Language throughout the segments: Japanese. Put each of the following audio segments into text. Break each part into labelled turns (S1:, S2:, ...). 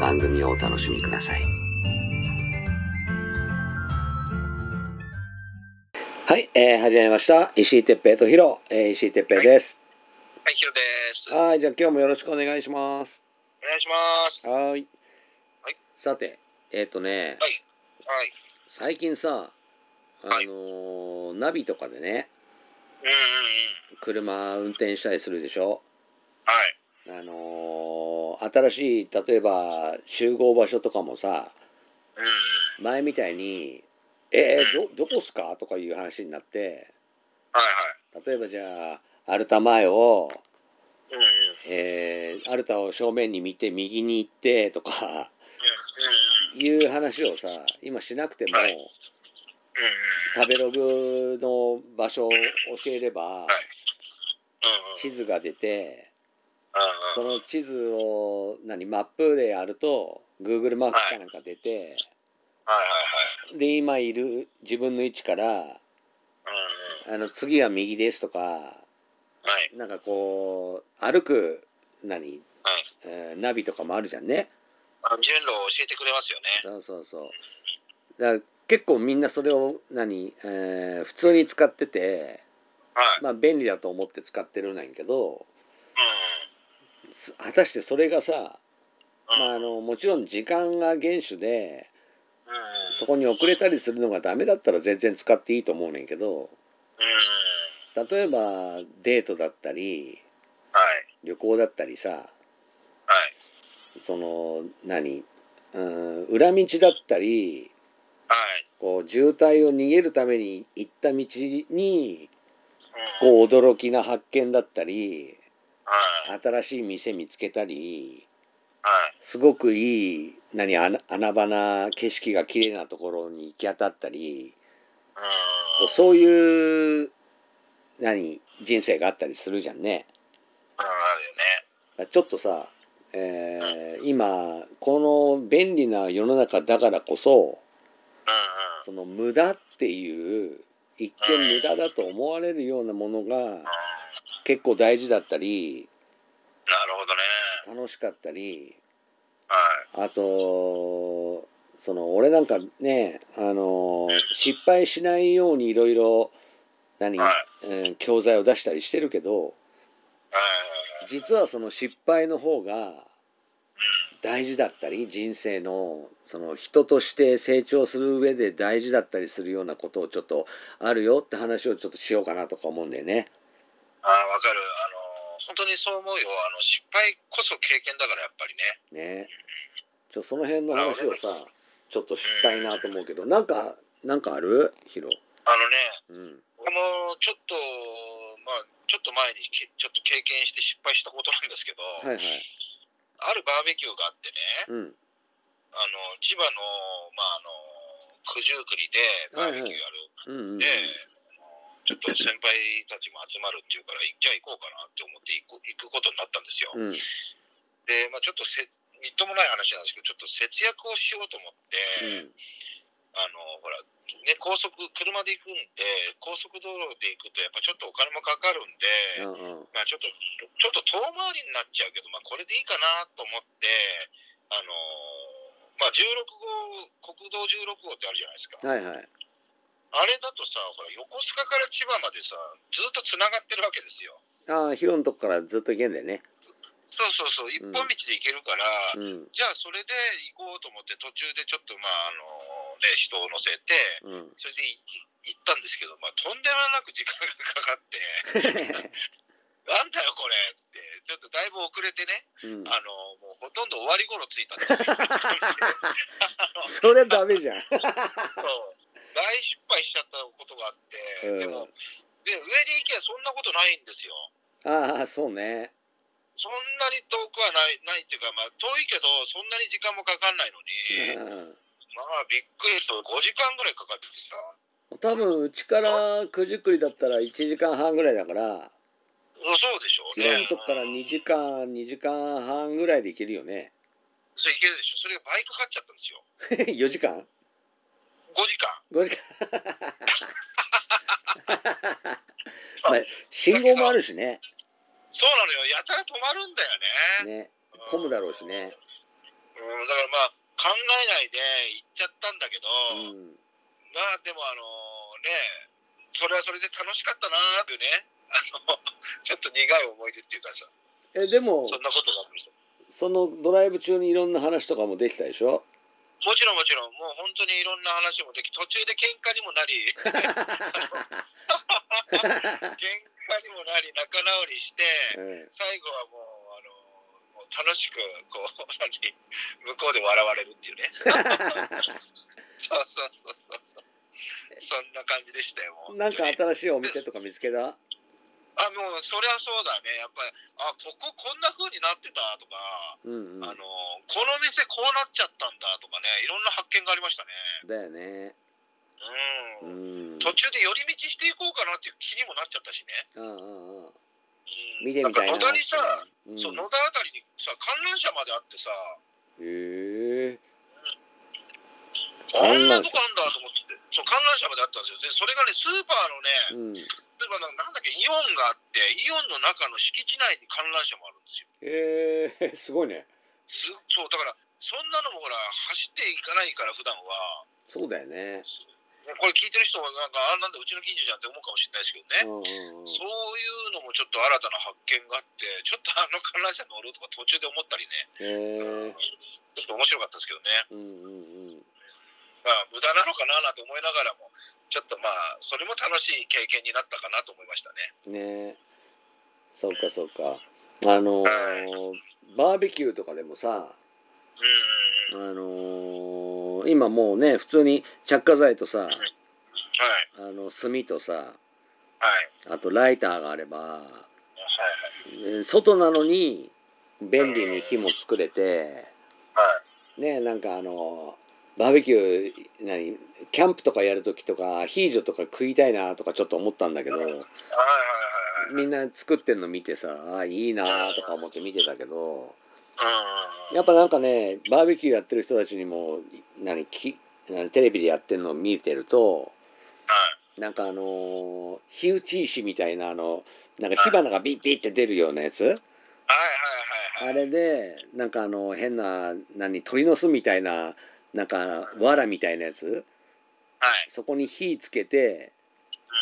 S1: 番組をお楽しみください。はい、えー、始まりました。石井哲平とヒロ、えー、石井哲平です。
S2: はい、ヒロです。お願
S1: はい、じゃあ今日もよろしくお願いします。
S2: いします。は
S1: はーい。はい。さて、えっ、とね、
S2: い。はい。
S1: 最近さ、あの
S2: はい
S1: ーナビとかでね、
S2: うんうんうん。
S1: 車運転したりするでしょ。
S2: はい。
S1: あのー新しい例えば集合場所とかもさ
S2: うんうん。
S1: 前みたいに「えー、どどこっすか?」とかいう話になって
S2: はい
S1: 例えばじゃあアルタ前を、
S2: はい。うんうん。うんうん
S1: えーアルタを正面に見て右に行ってとか
S2: う
S1: いう話をさ今しなくても
S2: はいん。うんうん。
S1: 食べログの場所を教えれば
S2: うん
S1: 地図が出てそ
S2: うん。うんうん。
S1: の地図を何マップでやると Google マップかなんか出て。
S2: はい
S1: で今いる自分の位置から
S2: はいはい。
S1: あの次は右ですとか
S2: うんうん。はい。
S1: なんかこう歩く何、
S2: はい。
S1: えーナビとかもあるじゃんね
S2: あの、順路を教えてくれますよね。
S1: そうそうそうだから結構みんなそれを何、えー普通に使ってて
S2: はい。
S1: まあ便利だと思って使ってるんやけど
S2: う
S1: す果たしてそれがさ、
S2: ん
S1: まあ、あのもちろん時間が厳守で
S2: うん。うんうん。
S1: そこに遅れたりするのがダメだったら全然使っていいと思うねんけど
S2: うんうん。
S1: 例えばデートだったり
S2: はい。
S1: 旅行だったりさ
S2: はい。
S1: その何うん裏道だったり
S2: はい。
S1: こう渋滞を逃げるために行った道に
S2: うん。
S1: こう驚きな発見だったり
S2: はい。
S1: 新しい店見つけたり
S2: はい。
S1: すごくいい何穴穴場な景色が綺麗なところに行き当たったり
S2: うん
S1: こう。そういう何人生があったりするじゃんね。
S2: うん。あるよね。
S1: ちょっとさ、えー今この便利な世の中だからこそ
S2: うんうん。
S1: その無駄っていう一見無駄だと思われるようなものが結構大事だったり
S2: なるほどね。
S1: 楽しかったり
S2: はい。
S1: あとその俺なんかねあの失敗しないようにいろいろ何、
S2: はい。
S1: うん教材を出したりしてるけど
S2: はい。
S1: 実はその失敗の方が大事だったり人生のその人として成長する上で大事だったりするようなことをちょっとあるよって話をちょっとしようかなとか思うんだよね。
S2: ああ、わかる。あの、本当にそう思うよ。あの、失敗こそ経験だから、やっぱりね。
S1: ねちょその辺の話をさちょっとしたいなと思うけどなんかなんかあるヒロ、
S2: あのね、
S1: うん、
S2: 僕もちょっと、まあ、ちょっと前にけちょっと経験して失敗したことなんですけど、
S1: はいはい
S2: あるバーベキューがあってね、
S1: うん
S2: あの、千葉の、まあ、あの、九十九里でバーベキューやる
S1: うんうんうん
S2: んで、ちょっと先輩たちも集まるっていうから、じゃあ行こうかなって思って行く行くことになったんですよ。
S1: うん
S2: で、まあ、ちょっとせ、みっともない話なんですけど、ちょっと節約をしようと思って、あのほら、ね、高速、車で行くんで、高速道路で行くと、やっぱちょっとお金もかかるんで、
S1: うんうん
S2: まあ、ちょっと、ちょっと遠回りになっちゃうけど、まあ、これでいいかなと思って、あのまあ、16号、国道16号ってあるじゃないですか。
S1: はいはい
S2: あれだとさ、ほら、横須賀から千葉までさ、ずっとつながってるわけですよ。
S1: ああヒロのとこからずっと行けんだよね
S2: そうそうそうそう、一本道で行けるから、
S1: うん、
S2: じゃあそれで行こうと思って、途中でちょっと、まあ、あのね、人を乗せて、
S1: うん。
S2: それでい行ったんですけど、まあ、とんでもなく時間がかかって、 なんだよこれっつって、ちょっとだいぶ遅れてね、
S1: うん
S2: あのもうほとんど終わり頃着いたっていう感じで
S1: それダ メじゃん。
S2: そう大失敗しちゃったことがあって、
S1: うん
S2: でも、で上に行けばそんなことないんですよ。
S1: ああ、そうね。
S2: そんなに遠くはない、ないっていうか、まあ、遠いけど、そんなに時間もかかんないのに、まあ、びっくりした。5時間ぐらいかかってさ、
S1: うん、多分うちから九十九里だったら1時間半ぐらいだから、
S2: そうでしょう
S1: 広
S2: ね。
S1: いとこから2時間、2時間半ぐらいで行けるよね。
S2: それいけるでしょ。それが倍かかっちゃったんですよ。
S1: 4時間
S2: 5時間。
S1: ?5 時間まあ、信号もあるしね。
S2: そうなのよ。やたら止まるんだよね。
S1: ね。混むだろうしね。
S2: うん、だからまあ、考えないで行っちゃったんだけど、
S1: うん。
S2: まあでもあのね、それはそれで楽しかったなーっていうね、あの、 ちょっと苦い思い出っていうかさ、
S1: え、でも、
S2: そんなことがありました。
S1: そのドライブ中にいろんな話とかもできたでしょ
S2: もちろんもちろん、もう本当にいろんな話もでき、途中で喧嘩にも なり、喧嘩にもなり、仲直りして、
S1: うん
S2: 最後はもう、あの、もう楽しく、こう、何、向こうで笑われるってい うね。そうそうそうそうそう。そんな感じでしたよ、もう。
S1: なんか
S2: 本当に
S1: 新しいお店とか見つけた
S2: あ、もう、そりゃそうだね。やっぱり、あ、こここんな風になってたとか、
S1: うんうん
S2: あの、この店こうなっちゃったんだとかね、いろんな発見がありましたね。
S1: だよねう
S2: うん。
S1: ん
S2: 途中で寄り道していこうかなっていう気にもなっちゃったしね。
S1: うんうんうん
S2: うん
S1: 見てみたいな
S2: なんか野田にさ、
S1: うん
S2: そう野田あたりにさ、観覧車まであってさ、
S1: へえ
S2: あ
S1: 観覧
S2: んな
S1: 車
S2: とこあんだと思ってて、そう、観覧車まであったんですよ。で、それがね、スーパー
S1: う
S2: のね、
S1: ん
S2: 例えばななんだっけ、イオンがあって、イオンの中の敷地内に観覧車もあるんですよ。
S1: へえすごいね
S2: すそう、だから、そんなのもほら、走っていかないから、普段は。
S1: そうだよね
S2: もうこれ聞いてる人は、なんか、あ、なんだ、うちの近所じゃんって思うかもしれないですけどね。
S1: うんうんうん
S2: そういうのもちょっと新たな発見があって、ちょっとあの観覧車乗ろうとか途中で思ったりね、
S1: へ
S2: うん
S1: え
S2: ちょっと面白かったですけどね。
S1: うんうんうん
S2: まあ、無駄なのかななんて思いながらも、ちょっとまあ、それも楽しい経験になったかなと思いましたね。
S1: ねそうかそうかあのーバーベキューとかでもさあ
S2: うんうんうん。
S1: のー今もうね普通に着火剤とさ
S2: はい。
S1: あの炭とさ
S2: はい。
S1: あとライターがあれば
S2: はい
S1: ね外なのに便利に火も作れて
S2: はい。
S1: ねなんかあのバーベキュー何キャンプとかやる時とかアヒージョとか食いたいなとかちょっと思ったんだけど
S2: はいはいはいはい。
S1: みんな作ってんの見てさあいいなとか思って見てたけど
S2: うん。
S1: やっぱなんかねバーベキューやってる人たちにも何き何テレビでやってんのを見てると
S2: はい。
S1: なんかあのー火打ち石みたいなあのなんか火花がビッビッって出るようなやつ
S2: はいはいはいはい。
S1: あれでなんかあの変な何鳥の巣みたいななんか藁みたいなやつ
S2: はい。
S1: そこに火つけてで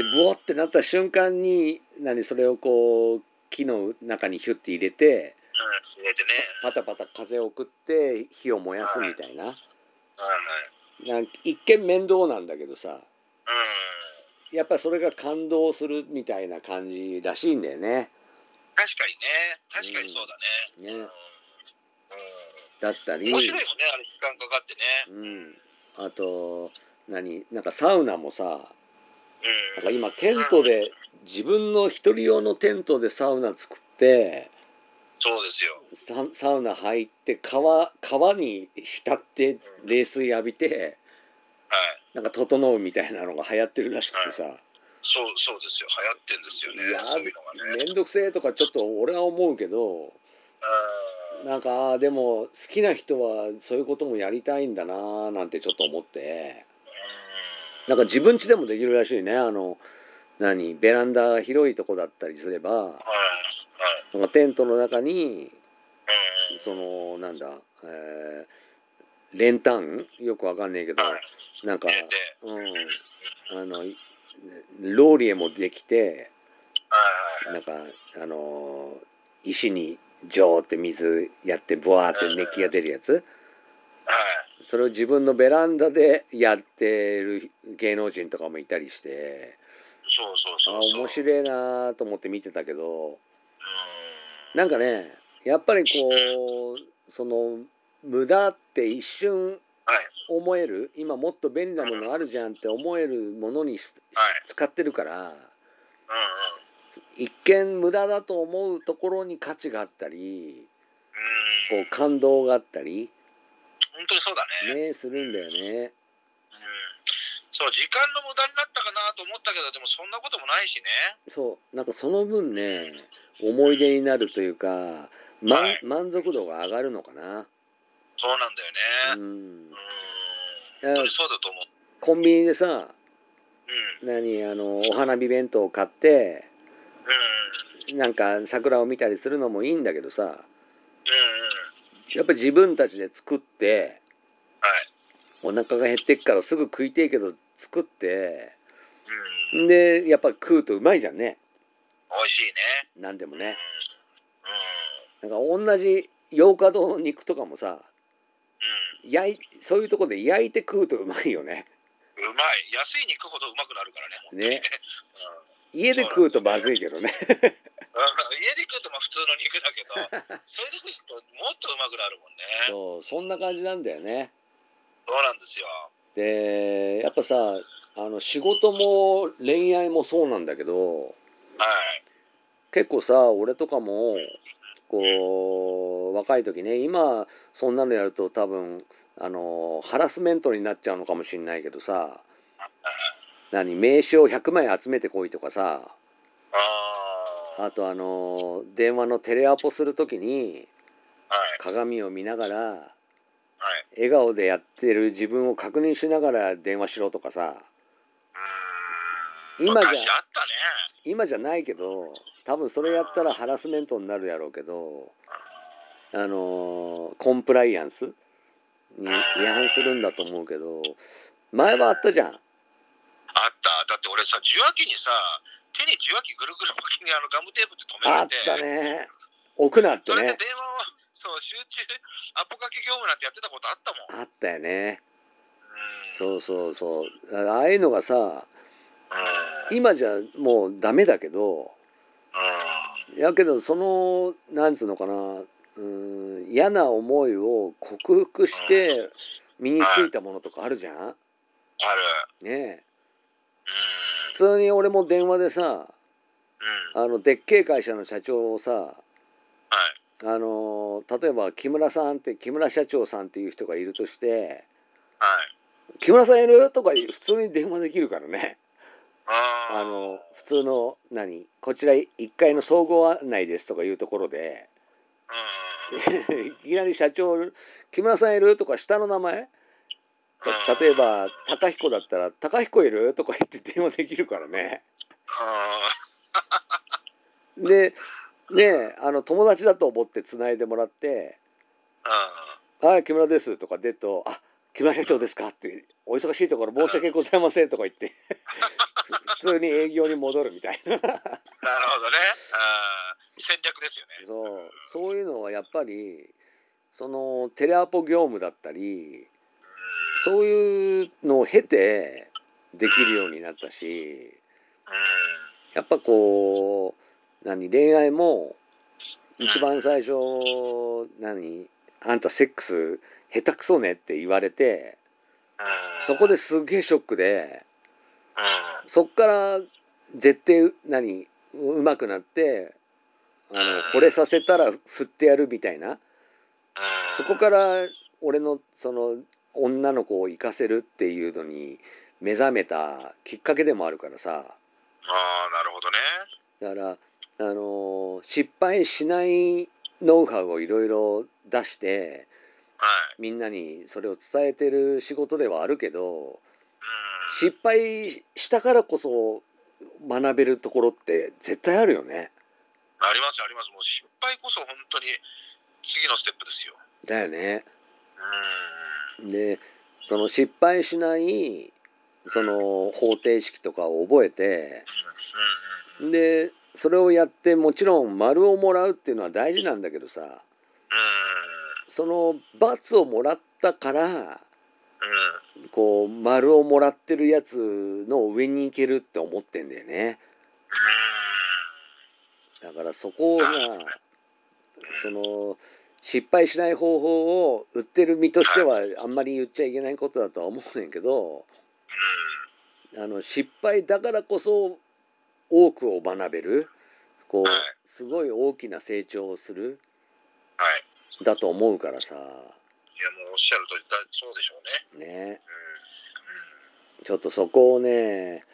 S2: うん
S1: ブワってなった瞬間に何それをこう木の中にヒュッて入れて
S2: 入れてね。
S1: パタパタ風を送って火を燃やすみたいな
S2: はい
S1: なんか一見面倒なんだけどさ
S2: はい。うん。
S1: やっぱそれが感動するみたいな感じらしいんだよね。
S2: 確かにね。確かにそうだね。
S1: ね
S2: うん。
S1: だった
S2: うん
S1: り
S2: 面白いもんね、あれ時間かかってね。
S1: うん、あと何なんかサウナもさなんか
S2: うん。
S1: 今テントで自分の一人用のテントでサウナ作って
S2: そうですよ。
S1: ササウナ入って川川に浸って冷水浴びて
S2: はい。
S1: なんか整うみたいなのが流行ってるらしくてさ
S2: そう、そうですよ。流行ってんですよね
S1: いや。ー
S2: そういうのがね。うん。
S1: 面倒くせえとかちょっと俺は思うけどなんかあーでも好きな人はそういうこともやりたいんだなーなんてちょっと思ってなんか自分家でもできるらしいねあの何ベランダが広いとこだったりすれば
S2: はい。はい。
S1: なんかテントの中に
S2: うん。
S1: そのなんだ、えー練炭よくわかんねえけど
S2: はい
S1: なんか
S2: 入れ、て。
S1: うん、あのいローリエもできて
S2: はいはい。
S1: なんかあのー石にジョーって水やってブワーって熱気が出るやつそれを自分のベランダでやってる芸能人とかもいたりして
S2: そうそう
S1: あ
S2: そうそう。
S1: 面
S2: うん。
S1: 白いなと思って見てたけどなんかねやっぱりこうその無駄って一瞬
S2: はい
S1: 思える今もっと便利なものあるじゃんって思えるものにし
S2: はい。
S1: 使ってるから
S2: うんうん。
S1: 一見無駄だと思うところに価値があったりこ
S2: うん
S1: う。感動があったり
S2: 本当にそうだね。
S1: ねするんだよね。
S2: うん。そう、時間の無駄になったかなと思ったけど、でもそんなこともないしね。
S1: そうなんかその分ね思い出になるというか、ま
S2: はい
S1: 満足度が上がるのかな。
S2: そうなんだよ
S1: う
S2: ね。
S1: ん
S2: うん。本当にそうだと思う。
S1: コンビニでさ
S2: うん。
S1: 何あのお花火弁当を買って
S2: うん。
S1: なんか桜を見たりするのもいいんだけどさ
S2: うん。うん。
S1: やっぱり自分たちで作って
S2: はい。
S1: お腹が減ってっからすぐ食いてえけど作って
S2: うん。
S1: んでやっぱ食うとうまいじゃんね
S2: 美味しいね。
S1: なんでも
S2: うん。うん
S1: ね。なんか同じ洋華堂の肉とかもさ焼いそういうとこで焼いて食うとうまいよね
S2: うん。うまい。安い肉ほどうまくなるからね。本当にね。
S1: ね
S2: うん。
S1: 家で食うとまずいけどね
S2: うん家で食うとまあ普通の肉だ けどそれで食うともっとうまくなるもんね
S1: そうそんな感じなんだよね
S2: そうなんですよ
S1: でやっぱさあの仕事も恋愛もそうなんだけど
S2: はい
S1: 結構さ俺とかもこう若い時ね今そんなのやると多分あのハラスメントになっちゃうのかもしれないけどさ何名刺を100枚集めてこいとかさ
S2: ああ
S1: あとあの電話のテレアポする時に
S2: はい
S1: 鏡を見ながら
S2: はい
S1: 笑顔でやってる自分を確認しながら電話しろとかさ
S2: うーん
S1: 今じゃ
S2: 昔あったね
S1: 今じゃないけど多分それやったらハラスメントになるやろうけどあのーコンプライアンスに違反するんだと思うけど前はあったじゃん
S2: あっただって俺さ受話器にさ手に受話器ぐるぐる巻きにあのガムテープって止
S1: あっ
S2: められ
S1: た
S2: て
S1: ね置くなって
S2: それで
S1: ね
S2: 電話をそう集中アポかけ業務なんてやってたことあったもん
S1: あったよね
S2: うん
S1: そうそうそうだからああいうのがさ
S2: うん
S1: 今じゃもうダメだけど
S2: うん
S1: やけどそのなんつうのかなうーん嫌な思いを克服して身についたものとかあるじゃん
S2: ある
S1: ねえ
S2: うん
S1: 普通に俺も電話でさ
S2: うん
S1: あのでっけえ会社の社長をさ
S2: はい
S1: あのー例えば木村さんって木村社長さんっていう人がいるとして
S2: はい
S1: 「木村さんいる?」とか普通に電話できるからね
S2: あ
S1: あの普通の何こちら1階の総合案内ですとかいうところで
S2: うん
S1: いきなり社長「木村さんいる?」とか下の名前 例えば高彦だったら「高彦いる?」とか言って電話できるからね
S2: う
S1: でねえあの友達だと思ってつないでもらって
S2: ん
S1: はい、木村ですとか出ると、あ、木村社長ですかって、お忙しいところ申し訳ございませんとか言って、 普通に営業に戻るみたいな。
S2: なるほどね。あー戦略ですよね。
S1: そう、そういうのはやっぱり、そのテレアポ業務だったり、そういうのを経てできるようになったし、
S2: うん。う
S1: やっぱこう、何、恋愛も、一番最初、何、あんたセックス下手くそねって言われて、
S2: ん
S1: そこで。すっげえショックで、
S2: うん。
S1: そっから絶対何うまくなってあの惚れさせたら振ってやるみたいなそこ
S2: ら。
S1: から俺のその女の子を生かせるっていうのに目覚めたきっかけでもあるからさ
S2: ああ、なるほどね。
S1: だからあの失敗しないノウハウをいろいろ出して
S2: はい。
S1: みんなにそれを伝えてる仕事ではあるけど
S2: うん。
S1: 失敗したからこそ学べるところって絶対あるよね。
S2: ありますあります。もう失敗こそ本当に次のステップですよ。
S1: だよね。
S2: うん。は
S1: でその失敗しないその方程式とかを覚えて
S2: い。
S1: でそれをやってもちろん丸をもらうっていうのは大事なんだけどさその罰をもらったから
S2: うん、うん。
S1: こう丸をもらってるやつの上に行けるって思ってんだよねだからそこをさその失敗しない方法を売ってる身としてはあんまり言っちゃいけないことだとは思うねんけどあの失敗だからこそ多くを学べるこ
S2: はいう
S1: すごい大きな成長をする
S2: はい。
S1: だと思うからさ
S2: いや、もうおっしゃる通りだ、そうでしょうね。
S1: ね
S2: うん。
S1: ちょっとそこをね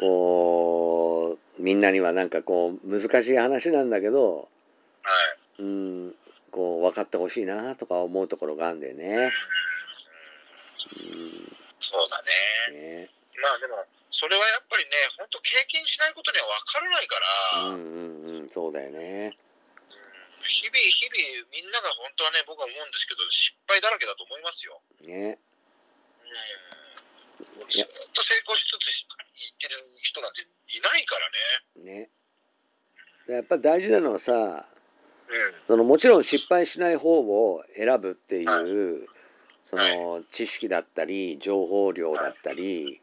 S1: こうみんなにはなんかこう難しい話なんだけど
S2: はい。
S1: うんこう分かってほしいなとか思うところがあるんだよね。
S2: そうだ
S1: う
S2: ね。
S1: んね
S2: まあでも、それはやっぱりね、本当経験しないことには分からないか
S1: う
S2: ら、
S1: んうんうんそうだよね。
S2: 日々日々、みんなが本当はね、僕は思うんですけど、失敗だらけだと思いますよ。
S1: ね
S2: うん。ずっと成功しつつ言ってる人なんていないか
S1: ね。
S2: ら
S1: やっぱ大事なのはさ
S2: ね。う
S1: そ
S2: ん。
S1: のもちろん失敗しない方を選ぶっていうその知識だったり情報量だったり
S2: うん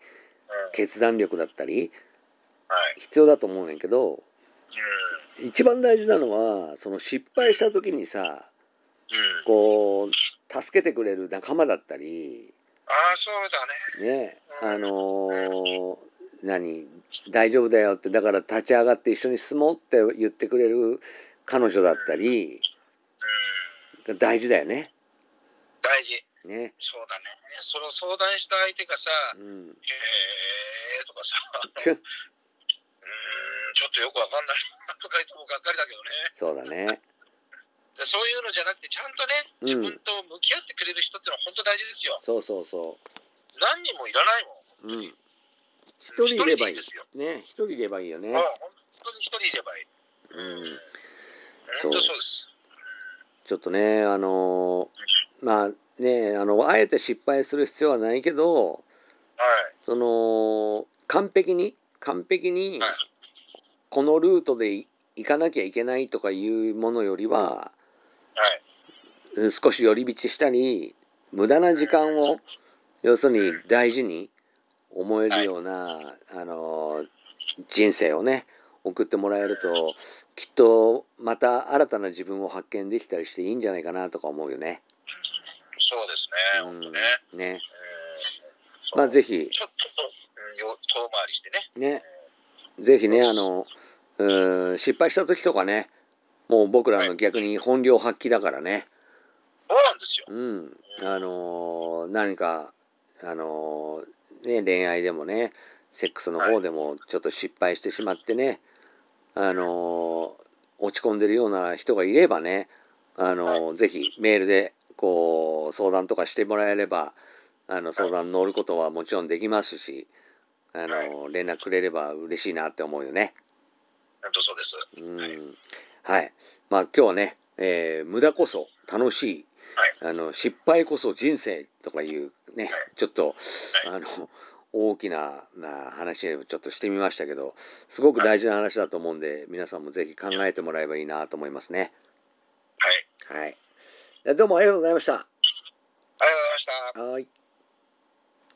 S1: 決断力だったり
S2: はい。
S1: 必要だと思うねんけど
S2: う
S1: 一番大事なのはその失敗した時にさ
S2: ん。うん。
S1: こう助けてくれる仲間だったり
S2: ああ、そうだね。
S1: ねあのー何大丈夫だよってだから立ち上がって一緒に住もうって言ってくれる彼女だったり
S2: うん。
S1: が大事だよね。
S2: 大事。
S1: ね。
S2: そうだね。その相談した相手がさ、
S1: うん
S2: へーとかさ、うーん、ちょっとよくわかんないなとか言ってもがっかりだけ
S1: そう
S2: どね。
S1: だね。
S2: でそういうのじゃなくて、ちゃんとね、自
S1: うん
S2: 分と向き合ってくれる人ってのは本当大事ですよ。
S1: そうそうそ
S2: 何人もいらないもん。
S1: う。うん。一人いればい
S2: 一人でいいですよ
S1: い。ね、一人いればいいよね。
S2: あ本当に一人いればい
S1: う
S2: い。
S1: ん。
S2: 本当そうです。
S1: ちょっとね、あのーまあね、あの、あえて失敗する必要はないけど、
S2: はい。
S1: その、完璧に、完璧に
S2: はい、
S1: このルートでい行かなきゃいけないとかいうものよりは、
S2: はい。
S1: うん少し寄り道したり、無駄な時間を、要するに大事に思えるような、あのー人生をね、送ってもらえると、きっとまた新たな自分を発見できたりしていいんじゃないかなとか思うよね。
S2: そうですね。本当ね。
S1: うん、ね。
S2: うん
S1: まあぜひ
S2: ちょっと、うんよ遠回りしてね。
S1: ね、ぜひね、あの、うーん、失敗した時とかね、もう僕らの逆に本領発揮だからね、
S2: そうなんですよ。
S1: うん、あのー何か、あのーね、恋愛でもね、セックスの方でもちょっと失敗してしまってね、あのー落ち込んでるような人がいればね、あのーぜひメールで、こう、相談とかしてもらえれば、あの、相談に乗ることはもちろんできますし、あのー連絡くれれば嬉しいなって思うよね。
S2: 本当そうです。
S1: うんはい。まあ今日はね、えー無駄こそ楽しい、あの失敗こそ人生とかいうね、ちょっとあの大きなな話をちょっとしてみましたけど、すごく大事な話だと思うんで、皆さんもぜひ考えてもらえばいいなと思いますね。
S2: はい。
S1: はい。どうもありがとうございました。
S2: ありがとうございました。
S1: はい。